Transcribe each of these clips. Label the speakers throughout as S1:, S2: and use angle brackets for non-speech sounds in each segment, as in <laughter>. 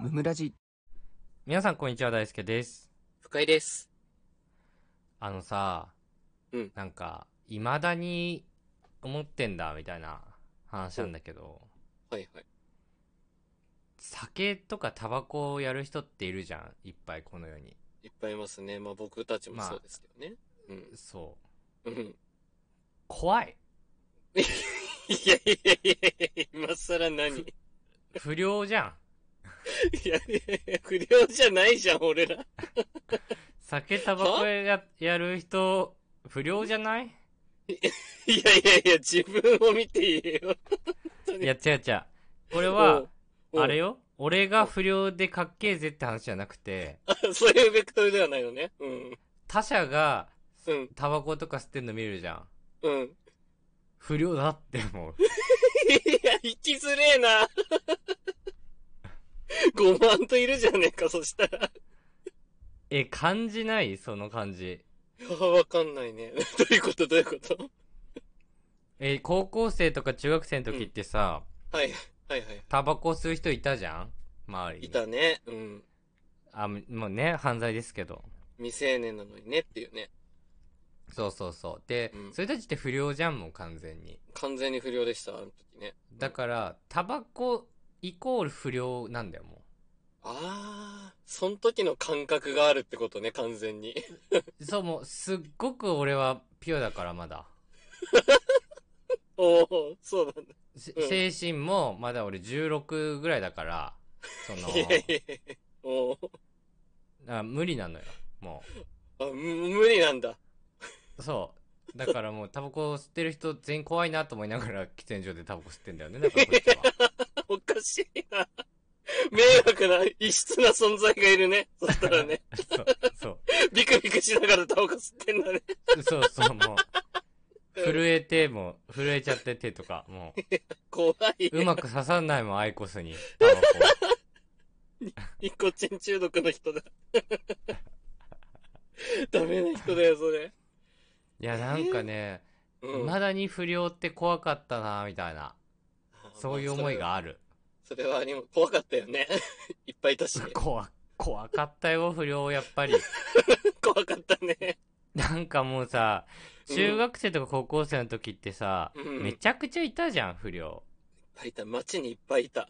S1: ムムラジ
S2: 皆さんこんにちは大輔です
S3: 深井です。
S2: あのさ、
S3: うん
S2: なんかいまだに思ってんだみたいな話なんだけど、
S3: はいはい。
S2: 酒とかタバコをやる人っているじゃんいっぱいこの世に
S3: いっぱいいますね。まあ僕たちもそうですけどね。
S2: そう
S3: うん。うん。
S2: 怖い
S3: いやいやいやいや、今更何い
S2: 不良じゃん
S3: やいやいや、不良じゃないじゃん、俺ら。
S2: 酒タバコややる人不良じゃない
S3: いやいやいや、自分を見て言えよ。
S2: いや違う違うこれは
S3: おうおう
S2: あれよ俺が不良でかっけえぜって話じゃなくて
S3: あそういうベクトルではないのね。うん。
S2: 他者が
S3: うん。
S2: タバコとか吸ってんの見るじゃん
S3: うん。
S2: 不良だって思う
S3: いや、生きづれえな。5万といるじゃねえか、そしたら。
S2: え、感じないその感じ。
S3: あわかんないね。どういうことどういうこと
S2: え、高校生とか中学生の時ってさ、
S3: はい。はいはい。
S2: タバコ吸う人いたじゃん周りに。
S3: いたね。うん。
S2: あ、ももうね、犯罪ですけど。
S3: 未成年なのにねっていうね。
S2: そうそうそう。で、
S3: うん
S2: それたちって不良じゃんもう完全に。
S3: 完全に不良でした、あの時ね。
S2: だから、タバコイコール不良なんだよ、も
S3: ああ、その時の感覚があるってことね、完全に。 <laughs>
S2: う。そう、もう、すっごく俺はピュアだからまだ。
S3: おお、そうなんだ。
S2: せ
S3: う
S2: 精
S3: ん
S2: 神もまだ俺16ぐらいだから、その、
S3: いやいやいやおー
S2: あ無理なのよ、もう。
S3: あ、む無理なんだ。
S2: そう。だからもう、タバコを吸ってる人全員怖いなと思いながら、喫 <laughs> 煙所でタバコ吸ってんだよね、だからこいつ
S3: <laughs>
S2: は。
S3: おかしいな。迷惑な、異質な存在がいるね。そしたらね、
S2: そう、そう。
S3: ビクビクしながらタバコ吸ってんだね。
S2: そうそう、もう。震えて、もう、震えちゃって手とか、も
S3: 怖い。
S2: う、うまく刺さんないもん、アイコスに、タバコ。
S3: ニコチン中毒の人だ。 <laughs> ダメな人だよ、それ。
S2: いや、なんかね、
S3: う
S2: 未だに不良って怖かったな、みたいな、そういう思い。
S3: まあ
S2: がある。
S3: それはそれはありも、怖かったよね。 <laughs> いっぱいいたしね。
S2: 怖、怖かったよ、不良、やっぱり。
S3: <laughs> 怖かったね。
S2: なんかもうさ、
S3: うん
S2: 中学生とか高校生の時ってさ、
S3: うん
S2: めちゃくちゃいたじゃん、不良。
S3: いっぱいいた。街にいっぱいいた。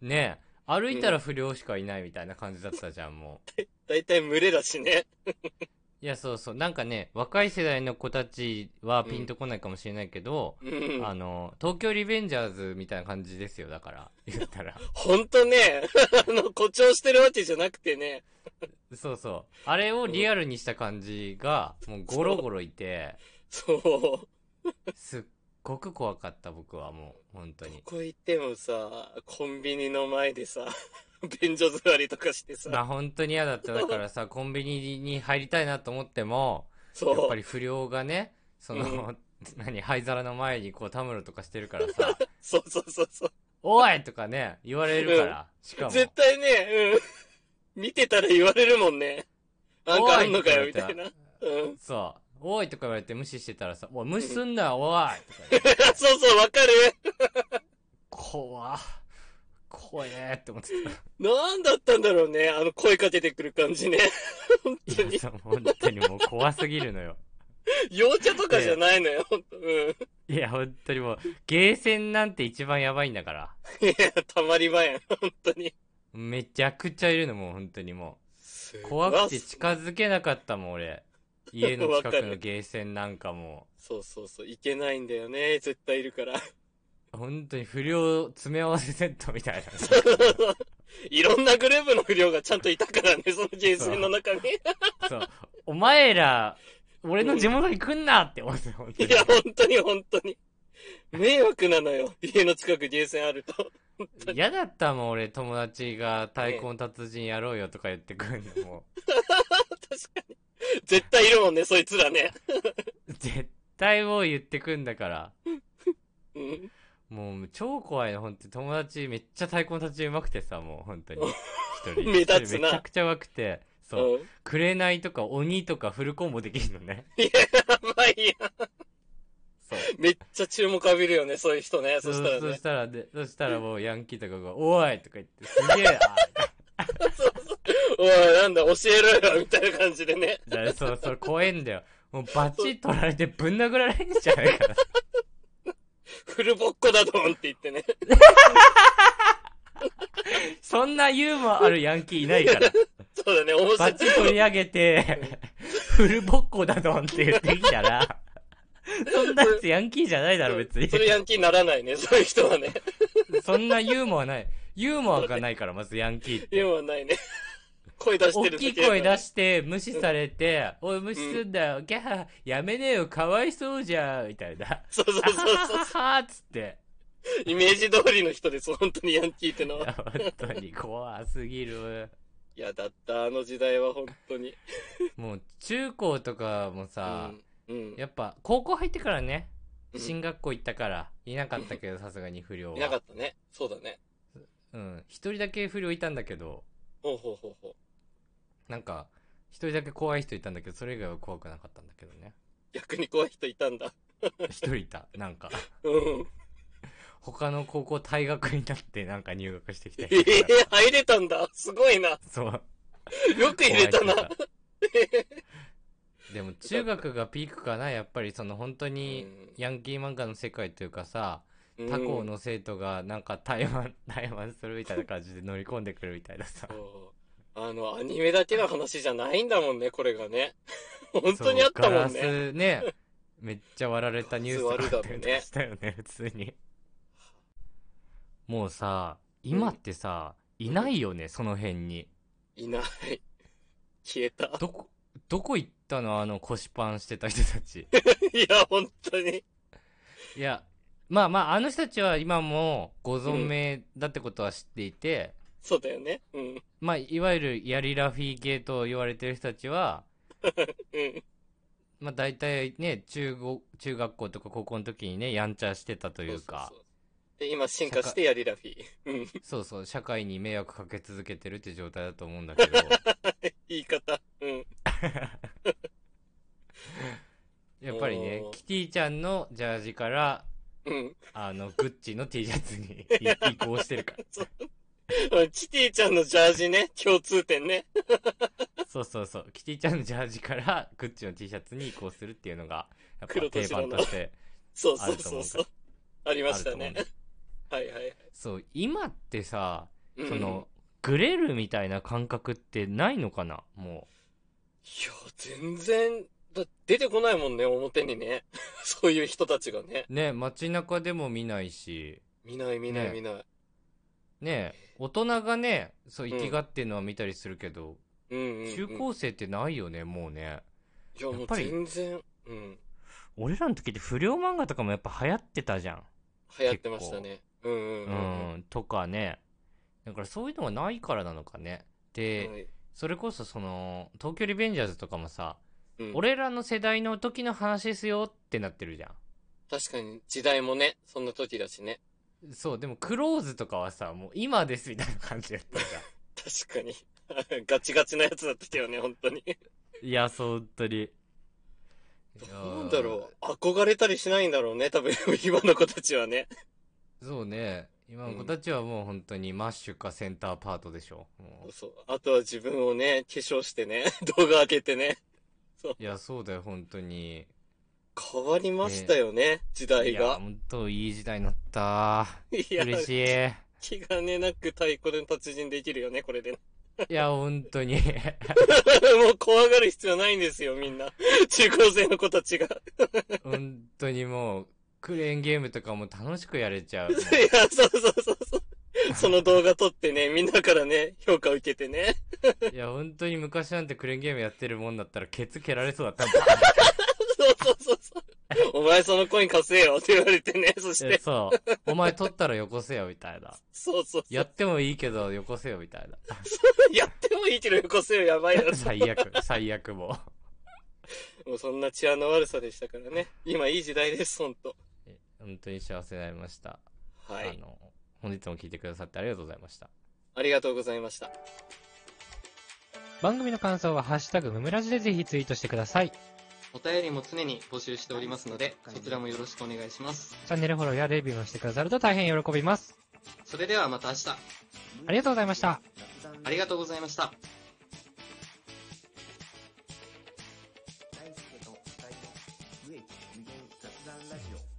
S2: ねえ歩いたら不良しかいないみたいな感じだったじゃんもう
S3: 大体群れだしね。
S2: いやそうそうなんかね若い世代の子たちはピンとこないかもしれないけど、
S3: うん。
S2: あの東京リベンジャーズみたいな感じですよだから言ったら
S3: ほんとね、 <laughs> あの、誇張してるわけじゃなくてね。
S2: そうそうあれをリアルにした感じがもうゴロゴロいて
S3: そう。ど
S2: すっごく怖かった僕はもう本当に
S3: こ行ってもさ、コンビニの前でさ、 <laughs> 便所座りとかして
S2: ま
S3: さ、
S2: あ本当に嫌だっただからさコンビニに入りたいなと思っても
S3: そ
S2: や
S3: う。
S2: っぱり不良がねその、 <laughs> 何灰皿の前にこうタムロとかしてるからさ
S3: そうそうそうそう。
S2: おいとかね、言われるから。しかも。
S3: 絶対ね、うん。見てたら言われるもんね。なんかあんのかよ、
S2: おい
S3: みたいな。うん。 <laughs>
S2: そう。おいとか言われて無視してたらさ、おい、無視すんな、おいとかね、
S3: そうそう、わかる。
S2: 怖っ怖えって思って
S3: なんだったんだろうね、あの声かけてくる感じね。 <laughs> 本
S2: た。
S3: 当
S2: いや、
S3: に。
S2: そう、本当にもう怖すぎるのよ。
S3: 陽茶とかじゃないのよ、ほんと。うん。
S2: いや、本当にもう、ゲーセンなんて一番やばいんだから。
S3: いや、たまり場やん、本当に。
S2: めちゃくちゃいるの、もう本当にもう。怖くて近づけなかったもん、俺。家の近くのゲーセンなんかも
S3: そうそうそう、いけないんだよね、絶対いるから。 <laughs>
S2: う。本当に不良詰め合わせセットみたいな。
S3: いろんなグループの不良がちゃんといたからね、そのゲーセンの中
S2: <laughs>
S3: に。
S2: そう。お前ら、俺の地元に来んなって思ってた、本当に
S3: いや、本当に本当に。迷惑なのよ、家の近くゲーセンあると。
S2: 嫌だったもん、俺、友達が太鼓の達人やろうよとか言ってくんの、も
S3: 確かに。絶対いるもんね、そいつらね。
S2: う。絶対もう言ってくんだから。
S3: うん。
S2: もう、超怖いの、本当に友達めっちゃ太鼓の達人上手くてさ、もう、本当に。一人。
S3: <laughs> 目立
S2: 一人
S3: つな
S2: めちゃくちゃ上手くて。そう。
S3: うん <laughs>
S2: 紅とか鬼とかフルコンボできるのね。
S3: やばいやん。
S2: そう。
S3: めっちゃ注目浴びるよね、そういう人ね。そしたら
S2: そうそ
S3: ね
S2: し。たらで、そしたらもうヤンキーとかが、おいとか言って、すげえな
S3: おい、なんだ、教えろよ、みたいな感じでね。 <laughs>
S2: だからそうそう、怖えんだよ。もうバチッ取られてぶん殴られんじゃないかな。
S3: フルボッコだドンって言ってね。 <laughs>
S2: そんなユーモアあるヤンキーいない
S3: <laughs>
S2: から。
S3: そうだね、面白
S2: バ
S3: い。
S2: チ取り上げて、フルボッコだどんって言ってきたら、そんなやつヤンキーじゃないだろ、別に
S3: そ。れヤンキーにならないね、 <laughs> そういう人はね。
S2: そんなユーモアない。ユーモアがないから、まずヤンキーって。
S3: 言うはないね。 <laughs> 声出して
S2: 大
S3: るだ
S2: き
S3: け
S2: い声出して、無視されて、おい、無視すんだよ、ギャー、やめねえよ、かわいそうじゃん、み
S3: <laughs>
S2: たいな。
S3: そうそう
S2: あ
S3: そうそう。 <laughs>
S2: はーっつって。
S3: イメージ通りの人です、本当にヤンキーって
S2: <laughs>
S3: の
S2: いや
S3: は。
S2: 本当に怖すぎる。
S3: いや、だった、あの時代は本当に。
S2: もう、中高とかもさ、
S3: うん。うん。
S2: やっぱ、高校入ってからね、
S3: うん
S2: 進学校行ったから、いなかったけど、さすがに不良は。
S3: いなかったね。そうだね。
S2: うん。一人だけ不良いたんだけど、
S3: ほうほうほうほう。
S2: なんか、一人だけ怖い人いたんだけど、それ以外は怖くなかったんだけどね。
S3: 逆に怖い人いたんだ。
S2: 一人い
S3: <laughs>
S2: た。なんか、
S3: うん。
S2: 他の高校退学になってなんか入学してきた
S3: ええ
S2: 人いた。
S3: 入れたんだ。すごいな。
S2: そう。
S3: よく入れたな。
S2: 怖い人いたでも中学がピークかな、やっぱりその本当に
S3: うん
S2: ヤンキー漫画の世界というかさ、
S3: うん
S2: 他校。の生徒がなんか台湾、台湾するみたいな感じで乗り込んでくるみたいなさ
S3: <laughs> そ。うあの、アニメだけの話じゃないんだもんね、これがね。 <laughs> 本当にあったもん
S2: そうガ
S3: ね。
S2: ラスね、めっちゃ割られたニュースとかあったり
S3: ガラス割るだろうね
S2: したよね、普通に。もうさ、今ってさ、いないよね、その辺に。
S3: いない。消えた。い
S2: どこ、どこ行ったのあの腰パンしてた人た
S3: <laughs>
S2: ち。
S3: や、本当に。
S2: いや、まあまあ、あの人たちは今もご存命だってことは知っていて、
S3: そうだよね。うん。
S2: まあ、いわゆるヤリラフィー系と言われてる人たちは、
S3: うん。
S2: まあ大体ね、中ご中学校とか高校の時にね、やんちゃしてたというか
S3: そ、そそで、今進化してやりラフィー。うん。
S2: そうそう、社会に迷惑かけ続けてるって状態だと思うんだけ
S3: <laughs>
S2: ど、
S3: 言い方。うん。
S2: やっぱりね
S3: おー、
S2: キティちゃんのジャージから、
S3: うん。
S2: あの、グッチの T シャツ
S3: <laughs>
S2: に <laughs> い移行してるから。
S3: キティちゃんのジャージね。共通点ね。
S2: そうそうそう。キティちゃんのジャージから、グッチの T シャツに移行するっていうのが、やっぱ
S3: 黒と
S2: 定
S3: 白
S2: 番
S3: の
S2: として
S3: そう
S2: あ
S3: そ
S2: る
S3: う
S2: と
S3: そ
S2: 思う
S3: う
S2: か
S3: そう。 <laughs> あり
S2: ら
S3: ま
S2: ある
S3: し
S2: と
S3: た
S2: 思う
S3: ね
S2: んだ。。
S3: はいはいはい。
S2: そう、今ってさ、
S3: うん
S2: その、グレるみたいな感覚ってないのかなも
S3: いや、全然、だ出てこないもんね、表にね。 <laughs> そういう人たちがね。
S2: う。ね、街中でも見ないし、
S3: 見ない見ない
S2: ね
S3: 見ない。
S2: ね、大人がね、そう、生きがってんのは見たりするけど、
S3: うんうん、うん。
S2: 中高生ってないよね、もうね。
S3: いや、も
S2: やっ
S3: う
S2: ぱり
S3: 全然、うん。
S2: 俺らの時って不良漫画とかもやっぱ流行ってたじゃん。
S3: 流行ってましたね。うんうん
S2: う
S3: うん。
S2: ん、とかね。だからそういうのがないからなのかね。で、
S3: はい
S2: それこそその、東京リベンジャーズとかもさ、
S3: うん、
S2: 俺らの世代の時の話ですよってなってるじゃ
S3: 確かに時代もね、そんな時だしね。
S2: ん。そう、でもクローズとかはさ、もう今ですみたいな感じやったじ
S3: <laughs> 確かに。ガチガチなやつだったけどね、本当に。
S2: ゃん。いや、そう、本当に。
S3: どうだろう。憧れたりしないんだろうね、多分、 <laughs> 今の子たちはね。
S2: う。そうね。今の子たちはもう本当にマッシュかセンターパートでしょ。もう
S3: そう。あとは自分をね、化粧してね、 <laughs> 動画上げてね。
S2: いや、そうだよ、本当に。
S3: 変わりましたよね、時代
S2: いや、
S3: が。
S2: 本当いい時代になった。
S3: いや、
S2: 嬉しい。
S3: 気兼ねなく太鼓で達人できるよね、これで。も
S2: いや、本当
S3: <laughs>
S2: に。
S3: う怖がる必要ないんですよ、みんな。 <laughs> 中高生の子たちが。
S2: 本当にもう、クレーンゲームとかも楽しくやれちゃう。
S3: いや、そうそうそうそう。その動画撮ってね、みんなからね、評価を受けてね。 <laughs>
S2: いや、本当に昔なんてクレーンゲームやってるもんだったら、ケツ蹴られそうだ
S3: <laughs>
S2: った
S3: そうそうそうそう。お前そのコイン稼えよって言われてね、そし
S2: もんえ
S3: て。
S2: そう。お前取ったらよこせよ、みたいな。
S3: そうそうそう。
S2: やってもいいけど、よこせよ、みたいな。
S3: やってもいいけどよこせよ、やばいな。
S2: 最悪、最悪も
S3: もうそんな治安の悪さでしたからね。今いい時代です、ほんと。
S2: う。え本当に幸せになりました。
S3: は
S2: あ
S3: い。
S2: の、本日も聞いてくださってありがとうございました。
S3: ありがとうございました。
S2: 番組の感想は、ハッシュタグ、ムムラジでぜひツイートしてください。
S3: お便りも常に募集しておりますので、そちらもよろしくお願いします。
S4: チャンネルフォローやレビューもしてくださると大変喜びます。
S3: それではまた明日、
S4: ありがとうございました。
S3: ありがとうございました。
S5: 大輔と二人の無益無限雑談ラジオ